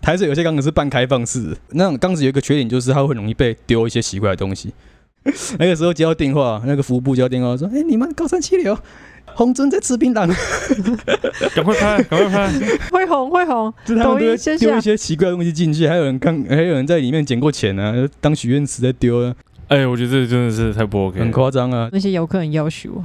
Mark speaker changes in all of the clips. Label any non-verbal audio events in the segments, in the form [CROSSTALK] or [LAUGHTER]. Speaker 1: 台水有些缸子是半开放式的，那种缸子有一个缺点就是它会容易被丢一些奇怪的东西。 [LAUGHS] 那个时候接到电话，那个服务部接到电话说：“哎、你们高山七流，红针在吃槟榔，
Speaker 2: 赶快拍，赶快拍！
Speaker 3: [LAUGHS] 会红会红，
Speaker 1: [LAUGHS] 就是他们都
Speaker 3: 抖音
Speaker 1: 会
Speaker 3: 先
Speaker 1: 丢
Speaker 3: 下
Speaker 1: 一些奇怪的东西进去，还有人刚 [LAUGHS] 还有人在里面捡过钱啊，当许愿池在丢啊，
Speaker 2: 哎、我觉得这真的是太不 OK
Speaker 1: 很
Speaker 2: 了。
Speaker 1: 夸张啊。
Speaker 3: 那些游客很要求。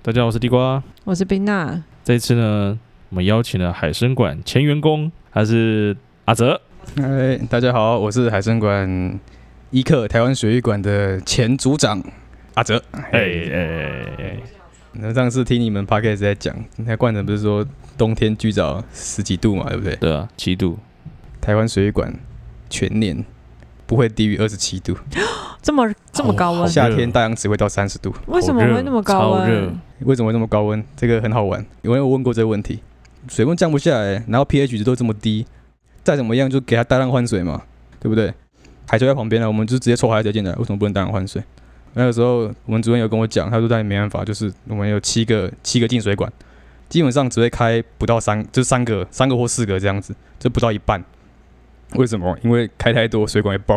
Speaker 2: 大家好，我是地瓜。
Speaker 3: 我是冰娜，
Speaker 2: 这一次呢，我们邀请了海参馆前员工，他是阿泽。
Speaker 1: 嗨，哎大家好，我是海参馆伊克台湾水域馆的前组长阿哲。
Speaker 2: 哎哎哎，
Speaker 1: 那上次听你们 p o d c a s 在讲，那冠城不是说冬天最早十几度嘛，对不对？
Speaker 2: 对啊，七度，
Speaker 1: 台湾水域馆全年不会低于二十七度，
Speaker 3: 这么这么
Speaker 1: 哦
Speaker 3: 高
Speaker 2: 好
Speaker 3: 温，
Speaker 2: 热
Speaker 1: 夏天大洋只会到三十度。
Speaker 3: 为什么会那么高
Speaker 2: 好热超热
Speaker 3: 温？
Speaker 1: 为什么会这么高温？这个很好玩，因为我问过这个问题，水温降不下来，然后 pH 值都这么低，再怎么样就给它大量换水嘛，对不对？海就在旁边啊了，我们就直接抽海水进来，为什么不能大量换水？那个时候我们主任有跟我讲，他说但也没办法，就是我们有七个七个进水管，基本上只会开不到三，就三个三个或四个这样子，就不到一半。为什么？因为开太多水管会爆。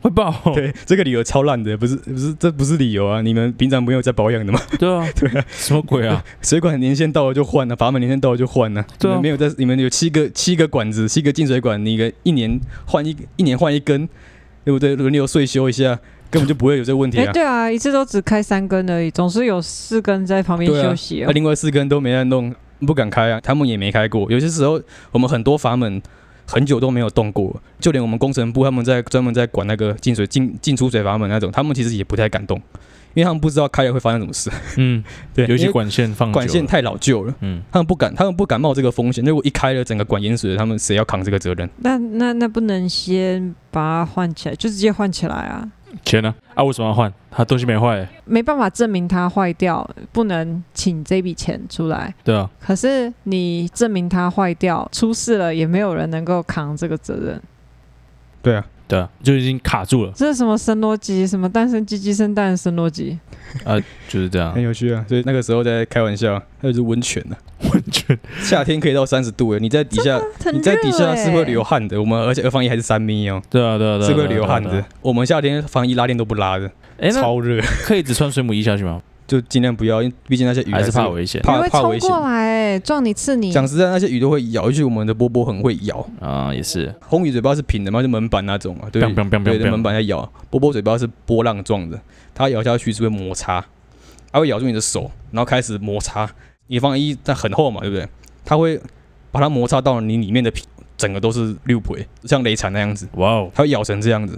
Speaker 2: 会爆。
Speaker 1: [LAUGHS]
Speaker 2: 哦
Speaker 1: 对，这个理由超烂的，不是不是，这不是理由啊！你们平常没有在保养的吗？
Speaker 2: 对啊，
Speaker 1: 对啊，
Speaker 2: 什么
Speaker 1: [LAUGHS]
Speaker 2: 鬼啊？
Speaker 1: 水管年限到了就换了，阀门年限到了就换了。
Speaker 2: 对
Speaker 1: 你
Speaker 2: 啊
Speaker 1: 们没有在，你们有七个七个管子，七个进水管，你一个一年换一一年换一根，对不对？轮流税修一下，根本就不会有这个问题
Speaker 3: 哎、
Speaker 1: 啊。
Speaker 3: 对啊，一次都只开三根而已，总是有四根在旁边
Speaker 1: 对啊
Speaker 3: 休息、
Speaker 1: 那、
Speaker 3: 哦。
Speaker 1: 另外四根都没在弄，不敢开啊，他们也没开过。有些时候我们很多阀门很久都没有动过，就连我们工程部他们在专门在管那个进水进进出水阀门那种，他们其实也不太敢动，因为他们不知道开了会发生什么事。
Speaker 2: 嗯，
Speaker 1: 对，
Speaker 2: 有
Speaker 1: 因
Speaker 2: 一些
Speaker 1: 为
Speaker 2: 管线放久
Speaker 1: 嗯管
Speaker 2: 了
Speaker 1: 线，太老旧了。
Speaker 2: 嗯，
Speaker 1: 他们不敢，他们不敢冒这个风险。如果一开了整个管淹水了，他们谁要扛这个责任？
Speaker 3: 那那那不能先把它换起来，就直接换起来啊！
Speaker 2: 钱呢？啊，为什么要换？他东西没坏、
Speaker 3: 没办法证明它坏掉，不能请这笔钱出来。
Speaker 2: 对啊，
Speaker 3: 可是你证明它坏掉，出事了也没有人能够扛这个责任。
Speaker 1: 对啊，
Speaker 2: 对啊，就已经卡住了，
Speaker 3: 这是什么神逻辑？什么蛋生鸡，鸡生蛋的神逻辑？
Speaker 2: 就是这样
Speaker 1: 很。有趣啊。所以那个时候在开玩笑，那就是温泉 [LAUGHS] 啊，
Speaker 2: 完全
Speaker 1: 夏天可以到三十度诶，你在底下，
Speaker 3: 很
Speaker 1: 你在底下
Speaker 3: 热
Speaker 1: 是会
Speaker 3: 欸
Speaker 1: 流汗的。我们而且防疫还是三米哦，
Speaker 2: 对啊，对啊，对啊，
Speaker 1: 是会
Speaker 2: 对啊
Speaker 1: 流汗。
Speaker 2: 对啊对
Speaker 1: 的
Speaker 2: 啊。
Speaker 1: 我们夏天防疫拉链都不拉的，
Speaker 2: 哎，那
Speaker 1: 超热，
Speaker 2: 可以只穿水母衣下去吗？
Speaker 1: [LAUGHS] 就尽量不要，因为毕竟那些鱼
Speaker 2: 还是
Speaker 1: 是
Speaker 2: 怕。危险
Speaker 1: 怕
Speaker 3: 你会
Speaker 1: 怕
Speaker 3: 冲
Speaker 1: 危险
Speaker 3: 过来、欸，撞你刺你。
Speaker 1: 讲实在，那些鱼都会咬，尤其我们的波波很会咬。
Speaker 2: 啊？也是，
Speaker 1: 红鱼嘴巴是平的嘛，就门板那种嘛，对不对
Speaker 2: 砰砰砰砰
Speaker 1: 对，
Speaker 2: 砰
Speaker 1: 那门板在咬。波波嘴巴是波浪状的，它咬下去是会摩擦，它会咬住你的手，然后开始摩擦。你放一但很厚嘛，对不对？它会把它摩擦到你里面的皮，整个都是六皮，像雷蝉那样子，
Speaker 2: 哇哦，
Speaker 1: 它会咬成这样子。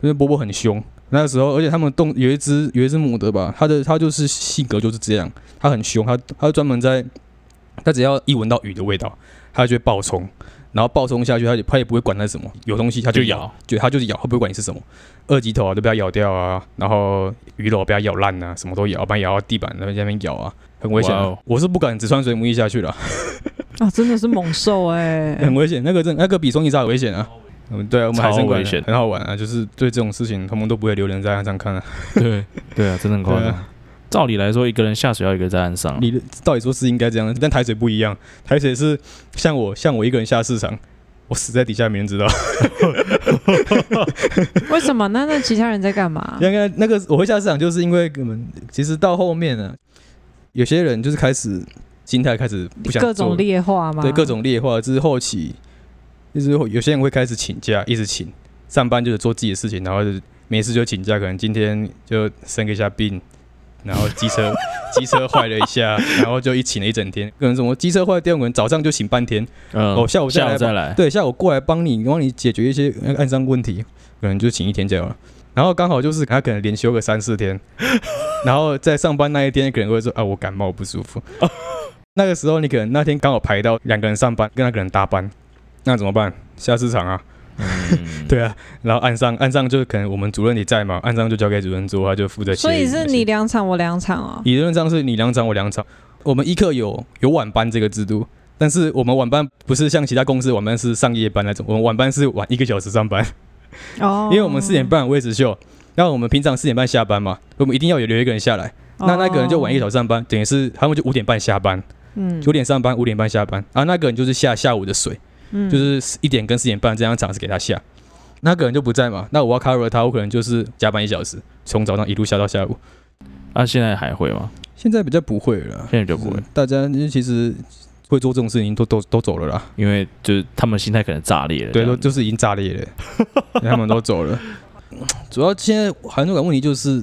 Speaker 1: 因为波波很凶，那时候而且他们动有一只有一只母的吧，它的它就是性格就是这样，它很凶，它它专门在它只要一闻到鱼的味道，它就会暴冲。然后暴冲下去，它也它也不会管那是什么，有东西它
Speaker 2: 就
Speaker 1: 咬，
Speaker 2: 咬。
Speaker 1: 就它就是咬，它不会管你是什么，二级头啊都被它咬掉啊，然后鱼篓被它咬烂啊，什么都咬，把它咬到地板那边下面咬啊，很危险啊、
Speaker 2: 哇哦
Speaker 1: 我是不敢只穿水母衣下去
Speaker 2: [LAUGHS]
Speaker 1: 了，
Speaker 3: 啊，真的是猛兽
Speaker 1: [LAUGHS]
Speaker 3: 哎、
Speaker 1: 很危险，那个真那个比双鱼鲨危险啊。嗯，对啊，我们海参
Speaker 2: 超
Speaker 1: 馆
Speaker 2: 危险
Speaker 1: 很好玩啊，就是对这种事情他们都不会留人在岸上看啊。 [LAUGHS]
Speaker 2: 对对啊，真的很夸
Speaker 1: 对
Speaker 2: 张。照理来说，一个人下水要一个人在岸上，
Speaker 1: 理论到底说是应该这样，但台水不一样，台水是像我像我一个人下市场，我死在底下没人知
Speaker 2: [LAUGHS]
Speaker 1: 道。
Speaker 3: 为什么？那那其他人在干嘛？
Speaker 1: 应该那个我会下市场，就是因为我们其实到后面呢、有些人就是开始心态开始不想
Speaker 3: 各
Speaker 1: 做
Speaker 3: 种劣化吗？
Speaker 1: 对各种劣化，之后期就是会有些人会开始请假，一直请，上班就是做自己的事情，然后就是没事就请假，可能今天就生个一下病，然后机车机车坏了一下，然后就一请了一整天，可能什么机车坏掉，可能早上就请半天，
Speaker 2: 嗯，
Speaker 1: 哦下午再
Speaker 2: 下
Speaker 1: 来
Speaker 2: 午再来，
Speaker 1: [LAUGHS] 对，下午过来帮你帮你解决一些那个岸上问题，可能就请一天假了。然后刚好就是他可能连休个三四天， [LAUGHS] 然后在上班那一天可能会说啊我感冒不舒服， [LAUGHS] 那个时候你可能那天刚好排到两个人上班跟那个人搭班，那怎么办？下市场啊，
Speaker 2: 嗯，
Speaker 1: 对啊，然后岸上岸上就可能我们主任也在嘛，岸上就交给主任做，他就负责协
Speaker 3: 所
Speaker 1: 议那
Speaker 3: 以
Speaker 1: 些。
Speaker 3: 是你两场我两场哦。
Speaker 1: [LAUGHS] 理论上是你两场我两场，我们一课有有晚班这个制度，但是我们晚班不是像其他公司晚班是上夜班那种，我们晚班是晚一个小时上班，
Speaker 3: 哦，
Speaker 1: 因为我们四点，半有位置秀，然后我们平常四点半下班嘛，我们一定要有留一个人下来，那那个人就晚一个小
Speaker 3: 时。
Speaker 1: 时上班，等于是他们就五点半下班，
Speaker 3: 哦嗯，
Speaker 1: 九点上班，五点半下班啊，那个人就是下下午的水，
Speaker 3: 嗯，
Speaker 1: 就是一点跟四点半这样场是给他下，那个人就不在嘛，那我要 cover 他，我可能就是加班一小时，从早上一路下到下午。
Speaker 2: 那、啊现在还会吗？
Speaker 1: 现在比较不会了啦，
Speaker 2: 现在就不会
Speaker 1: 是，大家因为其实会做这种事情都都都走了啦，
Speaker 2: 因为就是他们心态可能炸裂了这
Speaker 1: 对，
Speaker 2: 样
Speaker 1: 都
Speaker 2: 子。
Speaker 1: 就是已经炸
Speaker 2: [LAUGHS]
Speaker 1: 裂了，他们都走了。主要现在函授感问题就是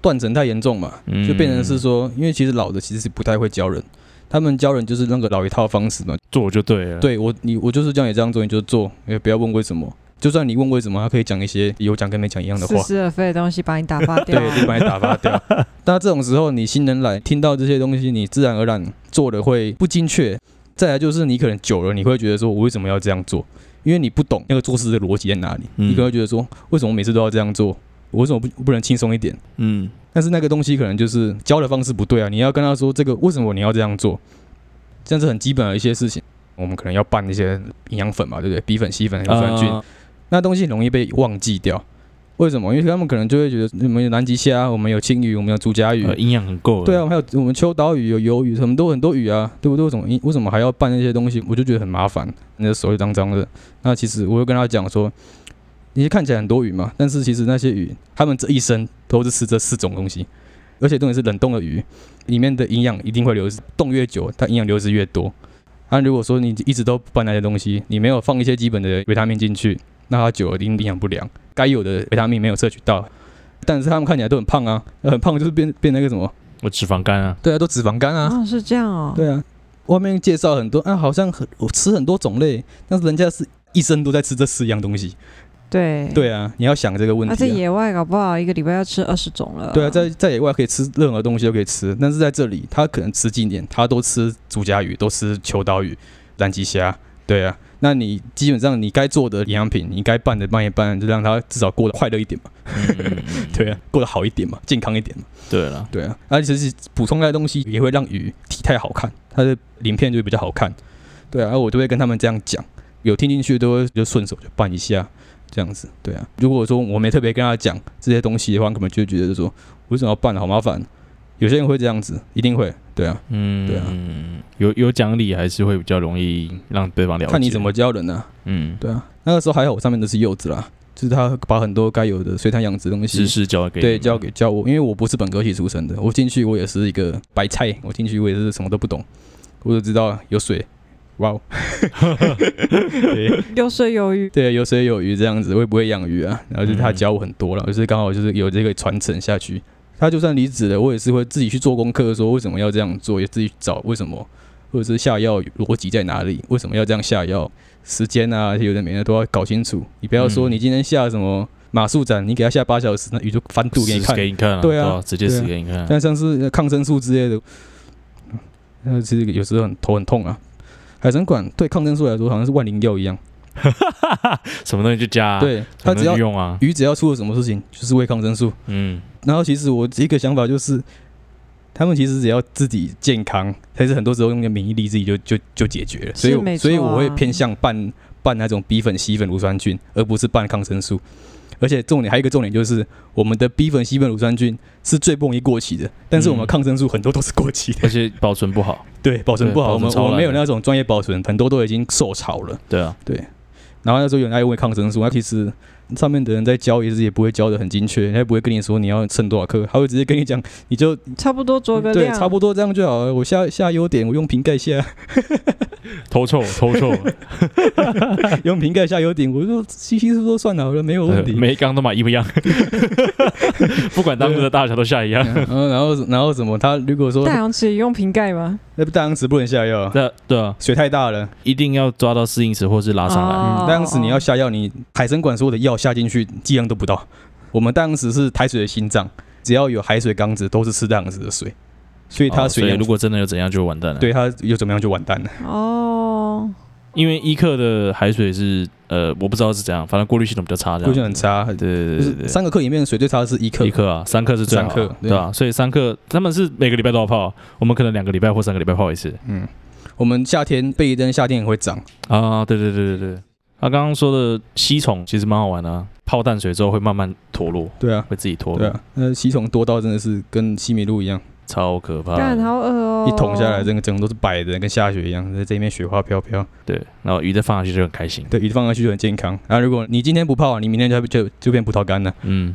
Speaker 1: 断层太严重嘛，
Speaker 2: 嗯
Speaker 1: 就变成是说，因为其实老的其实是不太会教人，他们教人就是那个老一套方式嘛。
Speaker 2: 做就对了。，
Speaker 1: 对我，你我就是这样也这样做，你就做，也不要问为什么。就算你问为什么，他可以讲一些有讲跟没讲一样的话
Speaker 3: 似，是而非的东西把你打发
Speaker 1: [LAUGHS]
Speaker 3: 掉
Speaker 1: 对，就把你打发掉。 [LAUGHS] 那这种时候，你新人来听到这些东西，你自然而然做的会不精确。再来就是你可能久了，你会觉得说，我为什么要这样做？因为你不懂那个做事的逻辑在哪里，
Speaker 2: 嗯
Speaker 1: 你可能会觉得说，为什么每次都要这样做？我为什么不不能轻松一点？
Speaker 2: 嗯，
Speaker 1: 但是那个东西可能就是教的方式不对啊，你要跟他说这个为什么你要这样做，这样是很基本的一些事情。我们可能要拌一些营养粉嘛，对不对？B 粉、C 粉、有酸菌，
Speaker 2: 呃
Speaker 1: 那东西很容易被忘记掉。为什么？因为他们可能就会觉得我们有南极虾，我们有青鱼，我们有竹夹鱼，
Speaker 2: 呃营养很够。
Speaker 1: 对啊，我，们还有我们秋刀鱼、有鱿鱼，什么都很多鱼啊，对不对？为什么为什么还要办那些东西？我就觉得很麻烦，你的手就脏脏的。那其实我会跟他讲说，你看起来很多鱼嘛，但是其实那些鱼，它们这一生都是吃这四种东西，而且重点是冷冻的鱼，里面的营养一定会流失，冻越久，它营养流失越多。那、如果说你一直都不拌那些东西，你没有放一些基本的维他命进去，那它久了一定营养不良，该有的维他命没有摄取到。但是他们看起来都很胖啊，很胖就是变变那个什么
Speaker 2: 我脂肪肝啊，
Speaker 1: 对啊，都脂肪肝啊。
Speaker 3: 哦，是这样哦，
Speaker 1: 对啊，外面介绍很多啊，好像很我吃很多种类，但是人家是一生都在吃这四样东西。
Speaker 3: 对
Speaker 1: 对啊，你要想这个问
Speaker 3: 那、在
Speaker 1: 题、啊。
Speaker 3: 野外搞不好一个礼拜要吃二十种了。
Speaker 1: 对啊，在在野外可以吃任何东西都可以吃，但是在这里他可能吃几年，他都吃竹夹鱼，都吃秋刀鱼、蓝鳍虾。对啊，那你基本上你该做的营养品，你该办的办一办，就让他至少过得快乐一点嘛。 [LAUGHS] 对啊，过得好一点嘛，健康一点嘛。
Speaker 2: 嗯对了，
Speaker 1: 对啊，而且是补充那些东西也会让鱼体态好看，它的鳞片就会比较好看。对啊，然后我就会跟他们这样讲，有听进去都会就顺手就办一下这样子。对啊，如果说我没特别跟他讲这些东西的话，可能就会觉得说为什么要办，好麻烦。有些人会这样子，一定会。对啊，
Speaker 2: 嗯，
Speaker 1: 对啊，
Speaker 2: 有有讲理还是会比较容易让对方了解。
Speaker 1: 看你怎，么教人啊。
Speaker 2: 嗯，
Speaker 1: 对啊，那个时候还好，我上面都是柚子啦，就是他把很多该有的水产养殖的东西
Speaker 2: 知识交给你
Speaker 1: 对，
Speaker 2: 们
Speaker 1: 交给教我，因为我不是本科系出身的，我进去我也是一个白菜，我进去我也是什么都不懂，我只知道有水，哇、哦，对
Speaker 3: 又睡又鱼，
Speaker 1: 对，有水有鱼这样子，会不会养鱼啊？然后就是他
Speaker 2: 嗯
Speaker 1: 教我很多了，就是刚好就是有这个传承下去。他就算离职了，我也是会自己去做功课，说为什么要这样做，也自己去找为什么，或者是下药逻辑在哪里，为什么要这样下药，时间啊，有的没的都要搞清楚。你不要说
Speaker 2: 嗯
Speaker 1: 你今天下什么马术展，你给他下八小时，那鱼就翻肚给你
Speaker 2: 死
Speaker 1: 看。
Speaker 2: 给你看啊，
Speaker 1: 对啊
Speaker 2: 吧直接
Speaker 1: 对啊
Speaker 2: 死给你看啊。
Speaker 1: 但像是呃抗生素之类的，那其实有时候很头很痛啊。海参馆对抗生素来说好像是万灵药一样，
Speaker 2: 什么东西就加啊，
Speaker 1: 对
Speaker 2: 什
Speaker 1: 它
Speaker 2: 么东
Speaker 1: 只
Speaker 2: 西
Speaker 1: 要
Speaker 2: 用啊，
Speaker 1: 鱼只要出了什么事情就是喂抗生素。 [LAUGHS]
Speaker 2: 嗯，
Speaker 1: 然后其实我一个想法就是，他们其实只要自己健康，还是很多时候用免疫力自己就就就解决了。所以
Speaker 3: 是
Speaker 1: 我、
Speaker 3: 没错啊
Speaker 1: 所以我会偏向拌拌那种 B 粉、C 粉、乳酸菌，而不是拌抗生素。而且重点还有一个重点就是，我们的 B 粉、C 粉、乳酸菌是最不容易过期的，但是我们
Speaker 2: 嗯
Speaker 1: 抗生素很多都是过期的。
Speaker 2: 而且保存不好，
Speaker 1: 对，保存
Speaker 2: 对
Speaker 1: 不好，
Speaker 2: 保
Speaker 1: 我
Speaker 2: 存
Speaker 1: 们
Speaker 2: 超
Speaker 1: 我
Speaker 2: 烂
Speaker 1: 们没有
Speaker 2: 的
Speaker 1: 那种专业保存，很多都已经受潮了。
Speaker 2: 对啊，
Speaker 1: 然后那时候有人爱问抗生素，那其实上面的人在教，也是也不会教的很精确，他也不会跟你说你要剩多少克，他会直接跟你讲，你就
Speaker 3: 差不多做个
Speaker 1: 对，
Speaker 3: 量，
Speaker 1: 差不多这样就好了。我下下优点，我用瓶盖下，
Speaker 2: [LAUGHS] 偷 [LAUGHS] 臭偷臭，
Speaker 1: 用瓶盖下优点，我就稀稀疏疏算好了，没有问题。
Speaker 2: 每一缸都买一模一 [LAUGHS] 样，不管当时的大小都下一样。
Speaker 1: 然后 [LAUGHS] 然后然后什么？他如果说
Speaker 3: 大洋池用瓶盖吗？
Speaker 1: 那大洋池不能下药啊，
Speaker 2: 那对啊，
Speaker 1: 水太大了，
Speaker 2: 一定要抓到适应池或是拉上来。
Speaker 3: 哦
Speaker 1: 大洋池嗯你要下药，你海参馆所有的药下进去剂量都不到。我们大洋池是海水的心脏，只要有海水缸子都是吃大洋池的水，所以它
Speaker 2: 哦
Speaker 1: 水
Speaker 2: 所以
Speaker 1: 量、
Speaker 2: 如果真的有怎样就完蛋了。，
Speaker 1: 对它又怎么样就完蛋了。
Speaker 3: 哦，
Speaker 2: 因为伊克的海水是呃，我不知道是怎样，反正过滤系统比较差，这
Speaker 1: 过去
Speaker 2: 样。
Speaker 1: 很差，
Speaker 2: 对对
Speaker 1: 就
Speaker 2: 对对
Speaker 1: 是三个克里面水最差的是一克
Speaker 2: 对，一，克啊，三克是最好的，
Speaker 1: 三克对
Speaker 2: 对啊，所以三克他们是每个礼拜都要泡，我们可能两个礼拜或三个礼拜泡一次
Speaker 1: 嗯。我们夏天贝伊登夏天也会长，
Speaker 2: 啊。对对对对对，他啊刚刚说的吸虫其实蛮好玩的、啊，泡淡水之后会慢慢脱落，
Speaker 1: 对啊，
Speaker 2: 会自己脱
Speaker 1: 对
Speaker 2: 落，
Speaker 1: 啊，那吸虫多到真的是跟西米露一样，
Speaker 2: 超可怕的。
Speaker 3: 干好恶哦、
Speaker 1: 一桶下来，整个整个都是白的，跟下雪一样，在这边雪花飘飘。
Speaker 2: 对，然后鱼再放下去就很开心。
Speaker 1: 对，鱼放下去就很健康。然后如果你今天不泡，啊你明天就就就变葡萄干了。
Speaker 2: 嗯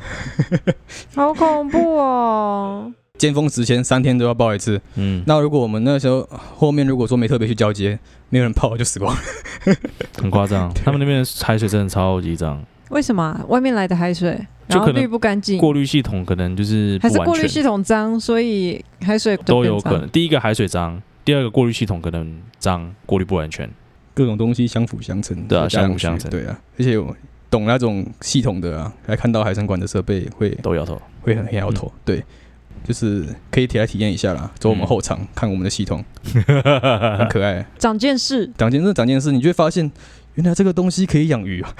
Speaker 3: 好恐怖哦！
Speaker 1: 尖峰时间三天都要泡一次。
Speaker 2: 嗯，
Speaker 1: 那如果我们那时候后面如果说没特别去交接，没有人泡就死光了。
Speaker 2: 很夸
Speaker 1: [LAUGHS]
Speaker 2: 张。他们那边的海水真的超级脏，
Speaker 3: 为什么啊、外面来的海水，
Speaker 2: 就
Speaker 3: 然后
Speaker 2: 可能
Speaker 3: 滤不干
Speaker 1: 嗯
Speaker 3: 净，
Speaker 2: 过滤系统可能就是不
Speaker 3: 还是
Speaker 2: 完
Speaker 3: 过滤
Speaker 2: 全，
Speaker 3: 系统脏，所以海水就
Speaker 2: 都
Speaker 3: 变
Speaker 2: 有
Speaker 3: 脏
Speaker 2: 可能。第一个海水脏，第二个过滤系统可能脏，过滤不完全。
Speaker 1: 各种东西相辅相成，
Speaker 2: 对啊
Speaker 1: 加上
Speaker 2: 相辅
Speaker 1: 去
Speaker 2: 相成
Speaker 1: 对啊，而且我懂那种系统的啊，来看到海参馆的设备会
Speaker 2: 都
Speaker 1: [LAUGHS]
Speaker 2: 摇头。
Speaker 1: 会很很摇头，对，就是可以体来体验一下啦，走我们
Speaker 2: 嗯啊
Speaker 1: 后场、看我们的系统，很可爱。
Speaker 3: 长见识。
Speaker 1: 长见识，长见识，你就会发现原来这个东西可以养鱼啊，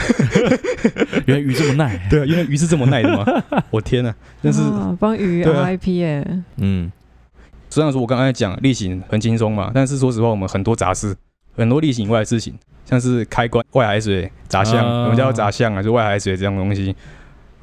Speaker 2: 原来鱼这么耐。
Speaker 1: 对啊，原来鱼是这么耐的
Speaker 2: [LAUGHS]
Speaker 1: 吗？我天呐、但是
Speaker 3: 啊帮鱼
Speaker 1: 对啊
Speaker 3: RIP 耶、
Speaker 2: 嗯，
Speaker 1: 虽然说我刚才讲例行很轻松嘛，但是说实话，我们很多杂事，很多例行以外的事情，像是开关、外海水、杂项，
Speaker 2: 啊
Speaker 1: 我们叫杂项啊，就外海水这样东西，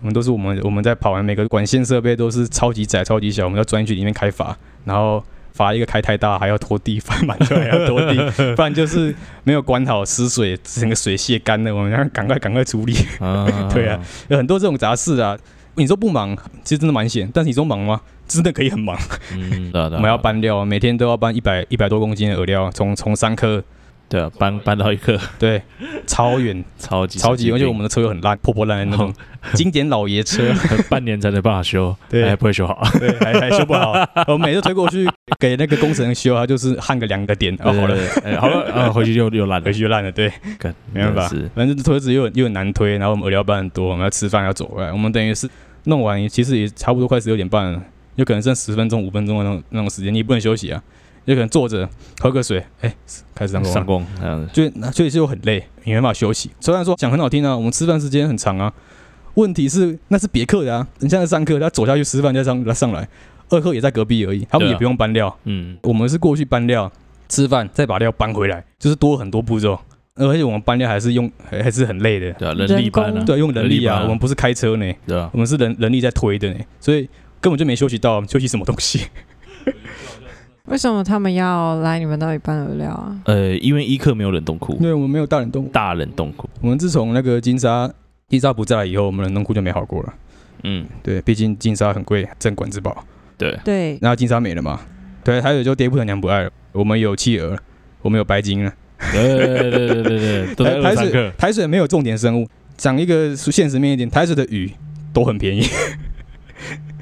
Speaker 1: 我们都是我们我们在跑完每个管线设备都是超级窄、超级小，我们要钻进去里面开阀，然后阀一个开太大，还要拖地， [LAUGHS] 翻满出来还要拖地，不然就是没有管好失水，整个水泄干了，我们要赶快赶快处理， [LAUGHS]
Speaker 2: 啊
Speaker 1: 对啊，有很多这种杂事啊。你说不忙，其实真的蛮闲，但是你说忙吗？真的可以很忙。
Speaker 2: 嗯，对啊对啊
Speaker 1: 我们要搬料，每天都要搬一百一百多公斤的饵料，从从三颗，
Speaker 2: 对啊，搬搬到一个
Speaker 1: 对，超
Speaker 2: [LAUGHS]
Speaker 1: 远，
Speaker 2: 超级
Speaker 1: 超级远，而且我
Speaker 2: 们
Speaker 1: 们的车又很烂，破破烂烂那
Speaker 2: 哦
Speaker 1: 种 [LAUGHS] 经典老爷
Speaker 2: [LAUGHS]
Speaker 1: 车，
Speaker 2: 半年才能办法修，
Speaker 1: [LAUGHS]
Speaker 2: 哎
Speaker 1: 对
Speaker 2: 还不会修好。
Speaker 1: 对，还还修不好。我们每次推过去给那个工程修，他就是焊个两个点，哦，好了，
Speaker 2: 对，对对哎好了，啊，回去又又烂了
Speaker 1: 回，去就烂了，对，
Speaker 2: 干
Speaker 1: 没办法
Speaker 2: 真的是，
Speaker 1: 反正车子又很又很难推，然后我们饵料搬很多，我们要吃饭要走回来，我们等于是弄完，其实也差不多快十六点半了，有可能剩十分钟五分钟的那种那种时间，你也不能休息啊，有可能坐着喝个水，哎，开始上工了
Speaker 2: 上。工这样子，
Speaker 1: 就那所以就很累，没办法休息。虽然说讲很好听啊，我们吃饭时间很长啊，问题是那是别课的啊，人家在上课，他走下去吃饭再上再上来，二课也在隔壁而已，他们
Speaker 2: 对啊
Speaker 1: 也不用搬料，
Speaker 2: 嗯，
Speaker 1: 我们是过去搬料、吃饭，再把料搬回来，就是多很多步骤，而且我们搬料还是用还还是很累的，
Speaker 2: 对啊，人力搬啊，
Speaker 3: 人
Speaker 1: 对啊，用人力
Speaker 2: 人力搬
Speaker 1: 啊，
Speaker 2: 啊
Speaker 1: 我们不是开车呢，
Speaker 2: 对啊，
Speaker 1: 我们是人人力在推的呢，所以根本就没休息到，休息什么东
Speaker 2: [LAUGHS]
Speaker 1: 西？
Speaker 3: 为什么他们要来你们那里搬饵料啊？
Speaker 2: 呃，因为一克没有冷冻库
Speaker 1: 因，为我们没有大冷冻，
Speaker 2: 大冷冻库，
Speaker 1: 我们自从那个金沙金沙不在了以后，我们冷冻库就没好过了。
Speaker 2: 嗯，
Speaker 1: 对，毕竟金沙很贵，镇馆之宝。
Speaker 2: 对，
Speaker 3: 对，
Speaker 1: 那金沙没了嘛？对，还有就爹不疼娘不爱了。我们有企鹅，我们有白鲸了。
Speaker 2: 对对对对对对，都在
Speaker 1: 台
Speaker 2: 二
Speaker 1: 台
Speaker 2: 三
Speaker 1: 水
Speaker 2: 克，
Speaker 1: 台水没有重点生物，讲一个现实面一点，台水的鱼都很便宜。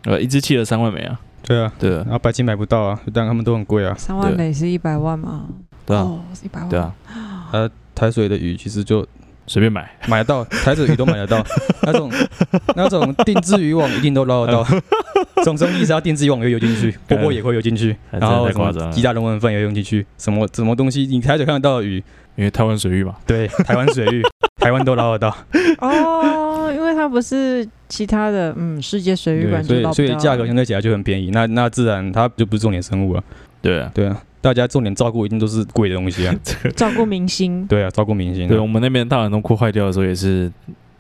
Speaker 2: 呃，一只气了三万美啊，
Speaker 1: [LAUGHS] 对啊，
Speaker 2: 对啊
Speaker 1: 然后白鲸买不到啊，但他们都很贵啊。
Speaker 3: 三万
Speaker 2: 对
Speaker 3: 美是一百万吗？
Speaker 2: 对啊
Speaker 3: 哦，一百万。
Speaker 2: 对啊，
Speaker 1: 台水的鱼其实就
Speaker 2: 随便买，
Speaker 1: 买得到， [LAUGHS] 台水鱼都买得到，那 [LAUGHS] 种那种定制渔网一定都捞 [LAUGHS] 得到。总生意是要定制渔网也会游进去，波波也会游进去，
Speaker 2: 哎
Speaker 1: 然后
Speaker 2: 真的太
Speaker 1: 什么
Speaker 2: 夸张了
Speaker 1: 极大龙纹粉也会游进去，什么什么东西你台水看得到的鱼，
Speaker 2: 因为台湾水域嘛，
Speaker 1: 对，台湾水域，台湾都捞得到。
Speaker 3: 哦，因为它不是其他的，嗯，世界水域
Speaker 1: 对，
Speaker 3: 馆
Speaker 1: 所
Speaker 3: 就捞
Speaker 1: 以
Speaker 3: 不
Speaker 1: 所以
Speaker 3: 到
Speaker 1: 价格
Speaker 2: [LAUGHS]
Speaker 1: 相对起来就很便宜，那那自然它就不是重点生物了，
Speaker 2: 对啊，
Speaker 1: 对啊，大家重点照顾一定都是贵的东西啊，
Speaker 3: 照顾明星，
Speaker 1: 对啊，照顾明星、
Speaker 2: 对我
Speaker 1: 啊，
Speaker 2: 们那边大冷冻库坏掉的时候也是，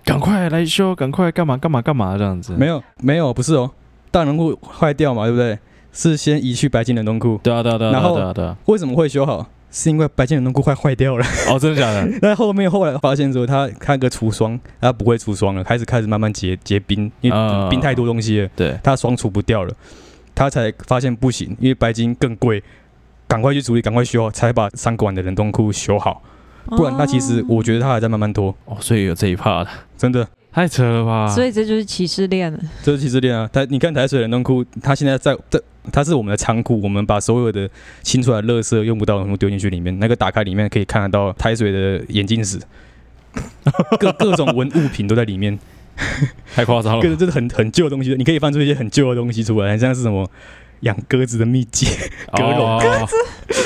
Speaker 2: 赶快来修，赶快干嘛干嘛干嘛这样子，
Speaker 1: 没有没有不是哦，大冷库坏掉嘛，对不对？是先移去白金冷冻库，
Speaker 2: 对啊对啊对啊
Speaker 1: 然后
Speaker 2: 对啊对啊，
Speaker 1: 为什么会修好？是因为白金冷冻库快坏掉了，
Speaker 2: 哦，真的假的？
Speaker 1: 那后面后来发现说它它那个除霜，它不会除霜了，开始开始慢慢结结冰，因为
Speaker 2: 啊
Speaker 1: 冰太多东西了，
Speaker 2: 对，
Speaker 1: 它霜除不掉了，他才发现不行，因为白金更贵，赶快去处理，赶快修，才把三馆的冷冻库修好。不然它其实
Speaker 3: 哦
Speaker 1: 我觉得它还在慢慢拖，
Speaker 2: 哦，所以有这一趴的，
Speaker 1: 真的，
Speaker 2: 太扯了吧？
Speaker 3: 所以这就是歧视链了。
Speaker 1: 这是歧视链啊！台你看台水冷冻库，它现在在在它是我们的仓库，我们把所有的清出来的垃圾用不到的东西丢进去里面，那个打开里面可以看得到台水的眼镜史，各各种文物品都在里面，
Speaker 2: 太夸张
Speaker 1: 各种
Speaker 2: 了
Speaker 1: 就是很很旧的东西，你可以翻出一些很旧的东西出来，很像是什么。养鸽子的秘籍， [LAUGHS]
Speaker 2: 吧，
Speaker 1: 鸽笼
Speaker 2: 鸽子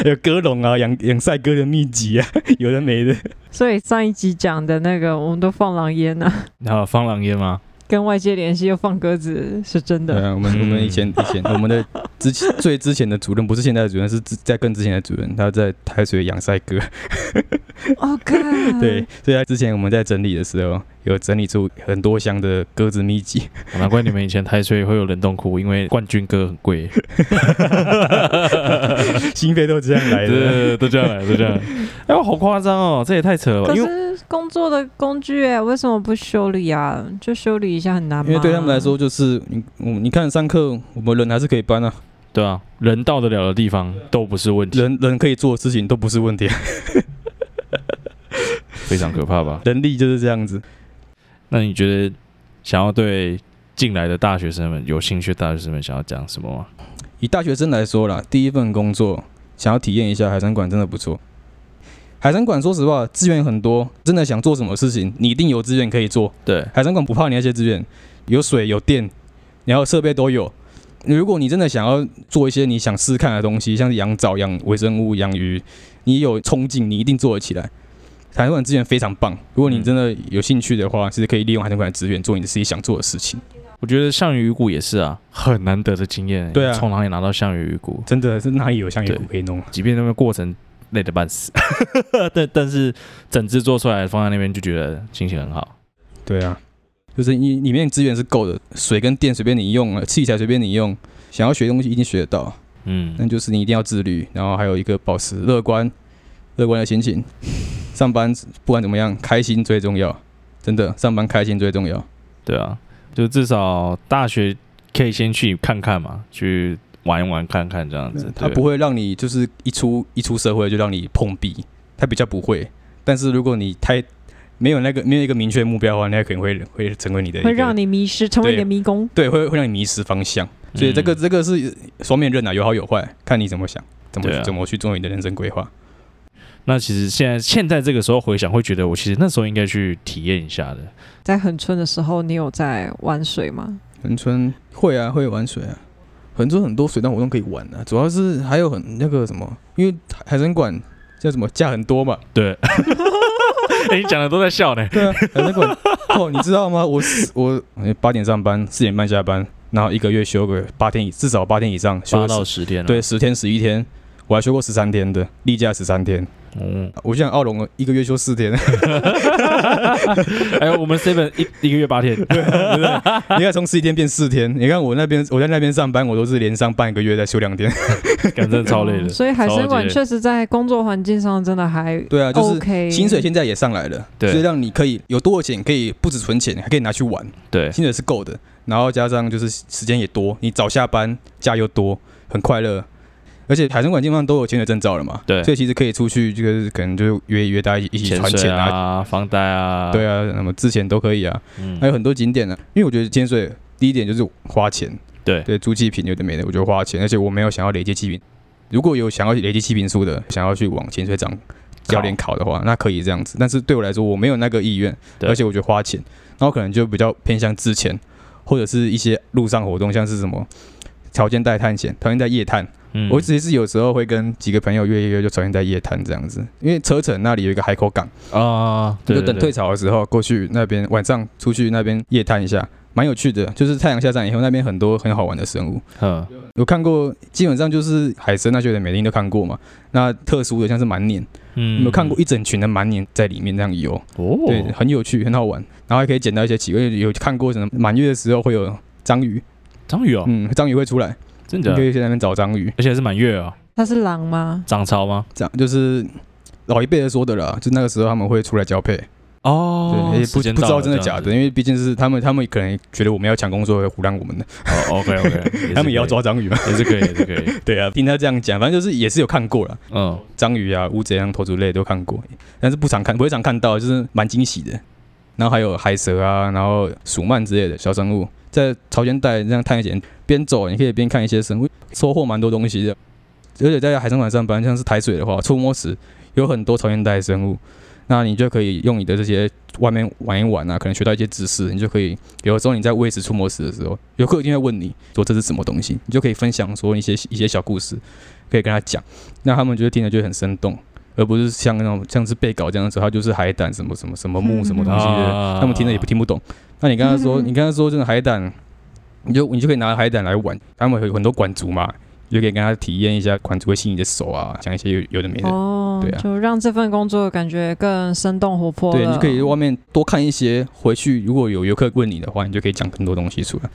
Speaker 1: 有鸽笼啊，养养赛鸽的秘籍啊， [LAUGHS] 有的没的。
Speaker 3: 所以上一集讲的那个，我们都放狼烟啊，
Speaker 2: 然后放狼烟吗？
Speaker 3: 跟外界联系又放鸽子，是真
Speaker 1: 对
Speaker 3: 的。
Speaker 1: 啊，我们我们以前以前我们的之前最之前的主任不是现在的主任，是之在更之前的主任，他在台水养赛哥。
Speaker 3: 哦，看，
Speaker 1: 啊嗯 [LAUGHS] 对，所以他之前我们在整理的时候，有整理出很多箱的鸽子秘籍。
Speaker 2: 难怪你们以前台水会有冷冻库，因为冠军哥很贵。
Speaker 1: 心肺都这样 [LAUGHS] 来的。
Speaker 2: 对，都这样来，都这样来。哎呦，好夸张哦，这也太扯了吧！
Speaker 3: 可
Speaker 2: 因为
Speaker 3: 是工作的工具哎，为什么不修理啊？就修理一下很难吗？
Speaker 1: 因为对他们来说，就是你嗯你看上课，我们人还是可以搬啊，
Speaker 2: 对啊，人到得了的地方都不是问题，
Speaker 1: 人人可以做的事情都不是问题，啊，
Speaker 2: 非常可怕吧？
Speaker 1: 人力就是这样子。
Speaker 2: 那你觉得想要对进来的大学生们有兴趣的大学生们想要讲什么吗？
Speaker 1: 以大学生来说啦，第一份工作想要体验一下海参馆真的不错。海参馆说实话资源很多，真的想做什么事情，你一定有资源可以做。
Speaker 2: 对，
Speaker 1: 海参馆不怕你那些资源，有水有电，然后设备都有。如果你真的想要做一些你想试看的东西，像是养藻、养微生物、养鱼，你有冲劲，你一定做得起来。海参馆资源非常棒，如果你真的有兴趣的话，其实可以利用海参馆的资源做你自己想做的事情。
Speaker 2: 我觉得项羽鱼骨也是啊，很难得的经验欸。
Speaker 1: 对啊
Speaker 2: 从哪里拿到项羽鱼骨？
Speaker 1: 真的是哪里有像鱼
Speaker 2: 对
Speaker 1: 可以弄啊？
Speaker 2: 即便那个过程累得半 [LAUGHS] 死，但但是整只做出来放在那边就觉得心情很好。
Speaker 1: 对啊，就是你里面资源是够的，水跟电随便你用，呃器材随便你用，想要学东西一定学得到。那
Speaker 2: 嗯，
Speaker 1: 就是你一定要自律，然后还有一个保持乐观、乐观的心情。上班不管怎么样，开心最重要，真的，上班开心最重要。
Speaker 2: 对啊，就至少大学可以先去看看嘛，去玩一玩看看这样子。
Speaker 1: 他
Speaker 2: 对
Speaker 1: 不会让你就是一出一出社会就让你碰壁，他比较不会。但是如果你太没有那个没有一个明确目标的话，那可能会会成为你的一个
Speaker 3: 会让你迷失，成为
Speaker 1: 对
Speaker 3: 你的迷宫。
Speaker 1: 对会会让你迷失方向。所以这个、
Speaker 2: 嗯
Speaker 1: 这个是双面刃啊，有好有坏，看你怎么想，怎么、
Speaker 2: 对啊
Speaker 1: 怎么去做你的人生规划。
Speaker 2: 那其实现在现在这个时候回想，会觉得我其实那时候应该去体验一下的。
Speaker 3: 在很春的时候，你有在玩水吗？
Speaker 1: 横村会啊，会玩水啊，横村很多水上活动可以玩啊，主要是还有很那个什么，因为海海参馆叫什么假很多嘛， [LAUGHS]
Speaker 2: 对，哎你讲的都在笑呢。
Speaker 1: 对啊，海参馆 [LAUGHS] 哦，你知道吗？我四我哎八点上班，四点半下班，然后一个月休个八天以至少八天以上，休
Speaker 2: 八
Speaker 1: 个
Speaker 2: 到
Speaker 1: 十
Speaker 2: 十天了，啊
Speaker 1: 对，十天十一天。我还休过十三天的，例假十三天。
Speaker 2: 嗯，
Speaker 1: 我想奥龙一个月休四天，
Speaker 2: 哎，我们 seven 一一个月八天， [LAUGHS]
Speaker 1: [LAUGHS] 你看从十一天变四天，你看我那边我在那边上班，我都是连上半个月再休两天。
Speaker 2: 感真的超累
Speaker 3: 嗯
Speaker 2: 的。
Speaker 3: 所以海参
Speaker 2: 超级
Speaker 3: 馆
Speaker 2: 累
Speaker 3: 确实在工作环境上真的还
Speaker 1: [LAUGHS] 对啊，就是
Speaker 3: OK。
Speaker 1: 薪水现在也上来了，
Speaker 2: 对
Speaker 1: 所以让你可以有多的钱，可以不止存钱，还可以拿去玩，
Speaker 2: 对，
Speaker 1: 薪水是够的。然后加上就是时间也多，你早下班，假又多，很快乐。而且海参馆基本上都有潜水证照了嘛，
Speaker 2: 对
Speaker 1: 所以其实可以出去，就是可能就约一约大家一起一起
Speaker 2: 潜
Speaker 1: 船
Speaker 2: 水
Speaker 1: 潜啊，
Speaker 2: 啊，房贷啊，
Speaker 1: 对啊，那么之前都可以啊，
Speaker 2: 嗯
Speaker 1: 还有很多景点呢、因为我觉得潜水第一点就是花钱，
Speaker 2: 对，
Speaker 1: 对，租气瓶有点没的，我就花钱，而且我没有想要累积气瓶。如果有想要累积气瓶数的，想要去往潜水长教练考的话，那可以这样子。但是对我来说，我没有那个意愿，
Speaker 2: 对
Speaker 1: 而且我觉得花钱，然后可能就比较偏向之前或者是一些路上活动，像是什么条件带探险、条件带夜探。
Speaker 2: 嗯
Speaker 1: 我只是有时候会跟几个朋友约一约，就条件带夜探这样子，因为车城那里有一个海口港。
Speaker 2: 啊，对
Speaker 1: 就
Speaker 2: 对
Speaker 1: 等
Speaker 2: 对
Speaker 1: 退潮的时候过去那边，晚上出去那边夜探一下，蛮有趣的。就是太阳下山以后，那边很多很好玩的生物，
Speaker 2: 嗯，
Speaker 1: 有看过，基本上就是海参那些的每天都看过嘛。那特殊的像是鳗鲶，
Speaker 2: 嗯
Speaker 1: 有没有看过一整群的鳗鲶在里面那样游？
Speaker 2: 哦，
Speaker 1: 对，很有趣，很好玩。然后还可以捡到一些奇怪，有看过什么满月的时候会有章鱼，
Speaker 2: 章鱼哦，啊
Speaker 1: 嗯，章鱼会出来，
Speaker 2: 真
Speaker 1: 你
Speaker 2: 的
Speaker 1: 可，以去那边找章鱼。
Speaker 2: 而且还是满月哦，
Speaker 3: 它是狼吗？
Speaker 2: 涨潮吗？
Speaker 1: 这样就是老一辈的说的啦，就那个时候他们会出来交配。
Speaker 2: 哦，
Speaker 1: 对，也
Speaker 2: 时
Speaker 1: 不
Speaker 2: 间
Speaker 1: 不知
Speaker 2: 到
Speaker 1: 道
Speaker 2: 了
Speaker 1: 真的
Speaker 2: 这
Speaker 1: 假
Speaker 2: 样
Speaker 1: 的，
Speaker 2: 子。
Speaker 1: 因为毕竟是他们，他们可能觉得我们要抢工作，胡乱我们的，
Speaker 2: 哦，OK
Speaker 1: [LAUGHS]
Speaker 2: OK，
Speaker 1: 他们也要，抓章鱼
Speaker 2: [LAUGHS]
Speaker 1: 嘛。
Speaker 2: 也是可以，也是可
Speaker 1: [LAUGHS]
Speaker 2: 以。
Speaker 1: 对啊，听他这样讲，反正就是也是有看过了，
Speaker 2: 嗯，
Speaker 1: 章鱼啊、乌贼啊、头足类都看过，但是不常看，不会常看到，就是蛮惊喜的。然后还有海蛇啊，然后鼠鳗之类的小生物，在潮间带这样探险，边走你可以边看一些生物，收获蛮多东西的。而且在海参馆上班，像是台水的话，触摸时有很多潮间带的生物，那你就可以用你的这些外面玩一玩啊，可能学到一些知识，你就可以有的时候你在喂食触摸时的时候，游客一定会问你说这是什么东西，你就可以分享说一些一些小故事，可以跟他讲，那他们就会听着就会很生动，而不是像那种像是被搞这样的时候，他就是海胆什么什么什么木什么东西的，
Speaker 2: 啊
Speaker 1: 嗯他们听着也不听不懂。那你跟他说，
Speaker 3: 嗯
Speaker 1: 你跟他说真的海胆，你就你就可以拿海胆来玩，他们有很多管族嘛，也可以跟他体验一下款主会吸引你的手啊，讲一些有有的没的。
Speaker 3: 哦，
Speaker 1: 对啊
Speaker 3: 就让这份工作感觉更生动活泼了。
Speaker 1: 对，你就可以外面多看一些，回去如果有游客问你的话，你就可以讲更多东西出来。